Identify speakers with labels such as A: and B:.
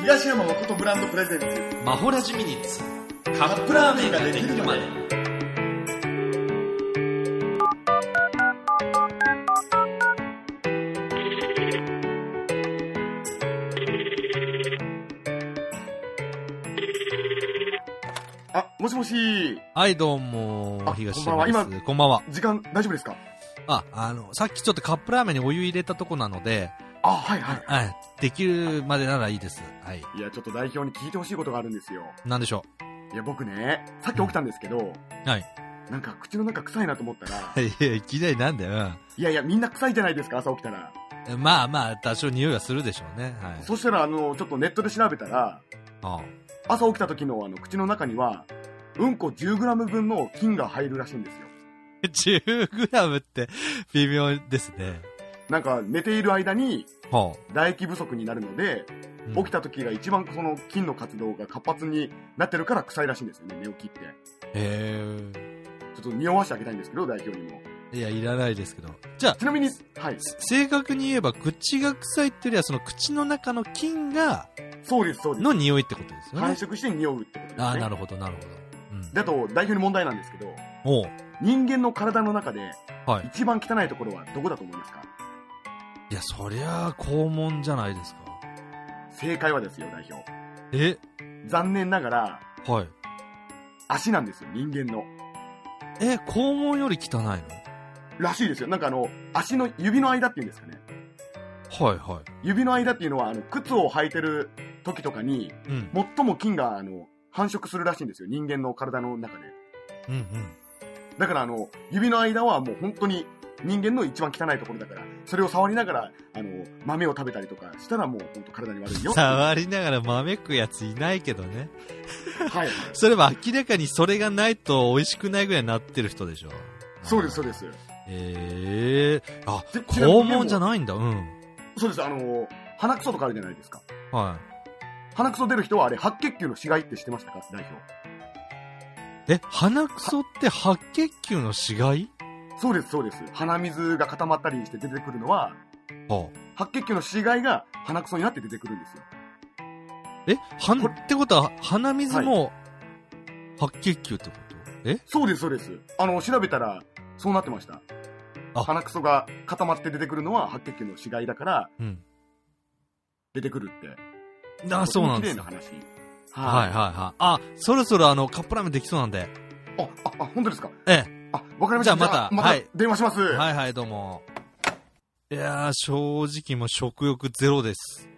A: 東山誠ブランドプレゼンツ
B: マホラジミニッツカ
A: カ
B: ッ
A: ッ
B: プ
A: プ
B: ラ
A: ラー
B: ーメ
A: メ
B: ン
A: ン
B: が
A: が
B: で
A: で
B: き
A: き
B: る
A: る
B: ま
A: ま
B: で
A: であもしもし
B: はいどうも
A: あ
B: 東
A: こんばんは
B: 山ですこんばんは
A: 時間大丈夫ですか
B: ああのさっきちょっとカップラーメンにお湯入れたとこなので
A: あはいは
B: はいできるまでならいいですはい
A: いいやちょっと代表に聞いてほしいことがあるんですよ
B: なんでしょ
A: いや僕ねさっき起きたんですけど、
B: はい
A: なんか口の中臭いなと思ったら
B: ういやいきなりなんだよ、
A: いやいやみんな臭いじゃないですか朝起きたら
B: うんまあまあ多少匂いはするでしょうねはい
A: そしたらあのちょっとネットで調べたら
B: あ
A: 朝起きた時のあの口の中にはうんこ 10g 分の菌が入るらしいんですよ
B: あ 10g って微妙ですね
A: なんか寝ている間に
B: は
A: 唾液不足になるので
B: あう
A: 起
B: ん
A: きた時が一番その菌の活動が活発になってるから臭いらしいんですよね寝起きって
B: へ
A: ちょっと匂わしてあげたいんですけど代表にも
B: えいやいらないですけどじゃあ
A: ちなみにはい
B: 正確に言えば口が臭いっていうよりはその口の中の菌が
A: そうですそうです
B: の匂いってことですよね
A: 繁殖して匂うってことですね
B: ああ、なるほど、なるほど。うん。
A: だと代表に問題なんですけど
B: おう
A: 人間の体の中で
B: はい。
A: 一番汚いところはどこだと思いますか
B: いや、そりゃあ、肛門じゃないですか。
A: 正解はですよ代表
B: え
A: 残念ながら
B: はい。
A: 足なんですよ人間の
B: え、肛門より汚いのはい
A: らしいですよ。なんかあの、足の指の間っていうんですかね。
B: は
A: 指の間っていうのは、あの、靴を履いてる時とかに、
B: い。うん。
A: 最も菌が、あの、繁殖するらしいんですよ。人間の体の中で。
B: うんうん。
A: だからあの、指の間はもう本当に人間の一番汚いところだから、それを触りながら、あの、豆を食べたりとかしたらもう本当体に悪いよ。は
B: 触りながら豆食うやついないけどね。
A: いはい。
B: それは明らかにそれがないと美味しくないぐらいになってる人でしょ。
A: そうです、そうです。
B: ええあ、
A: でちなみに
B: 肛門じゃないんだ。うん。
A: そうです、あの、鼻くそとかあるじゃないですか。
B: は
A: 鼻くそ出る人はあれ、白血球の死骸って知ってましたか代表。
B: い。え、鼻くそって白血球の死骸
A: そうです、そうです。鼻水が固まったりして出てくるのは、
B: は
A: 白血球の死骸が鼻くそになって出てくるんですよ。
B: あ、え、はん、
A: こ
B: ってことは、鼻水も白血球ってこと、え
A: そうです、そうです。あの、調べたら、そうなってました。
B: あ
A: 鼻くそが固まって出てくるのは白血球の死骸だから
B: うん。
A: 出てくるって。
B: あ、そうなん
A: とて
B: です
A: も綺麗な
B: か。
A: 話。
B: はいはい
A: い。
B: はい。あ、そろそろあの、カップラーメンできそうなんで。
A: あ、あ、あ、本当ですか
B: え
A: あ、わかりました。
B: じゃあまた
A: ま
B: は
A: た
B: い
A: 電話します。
B: え。はいはい、どうも。いやー、正直もう食欲ゼロです。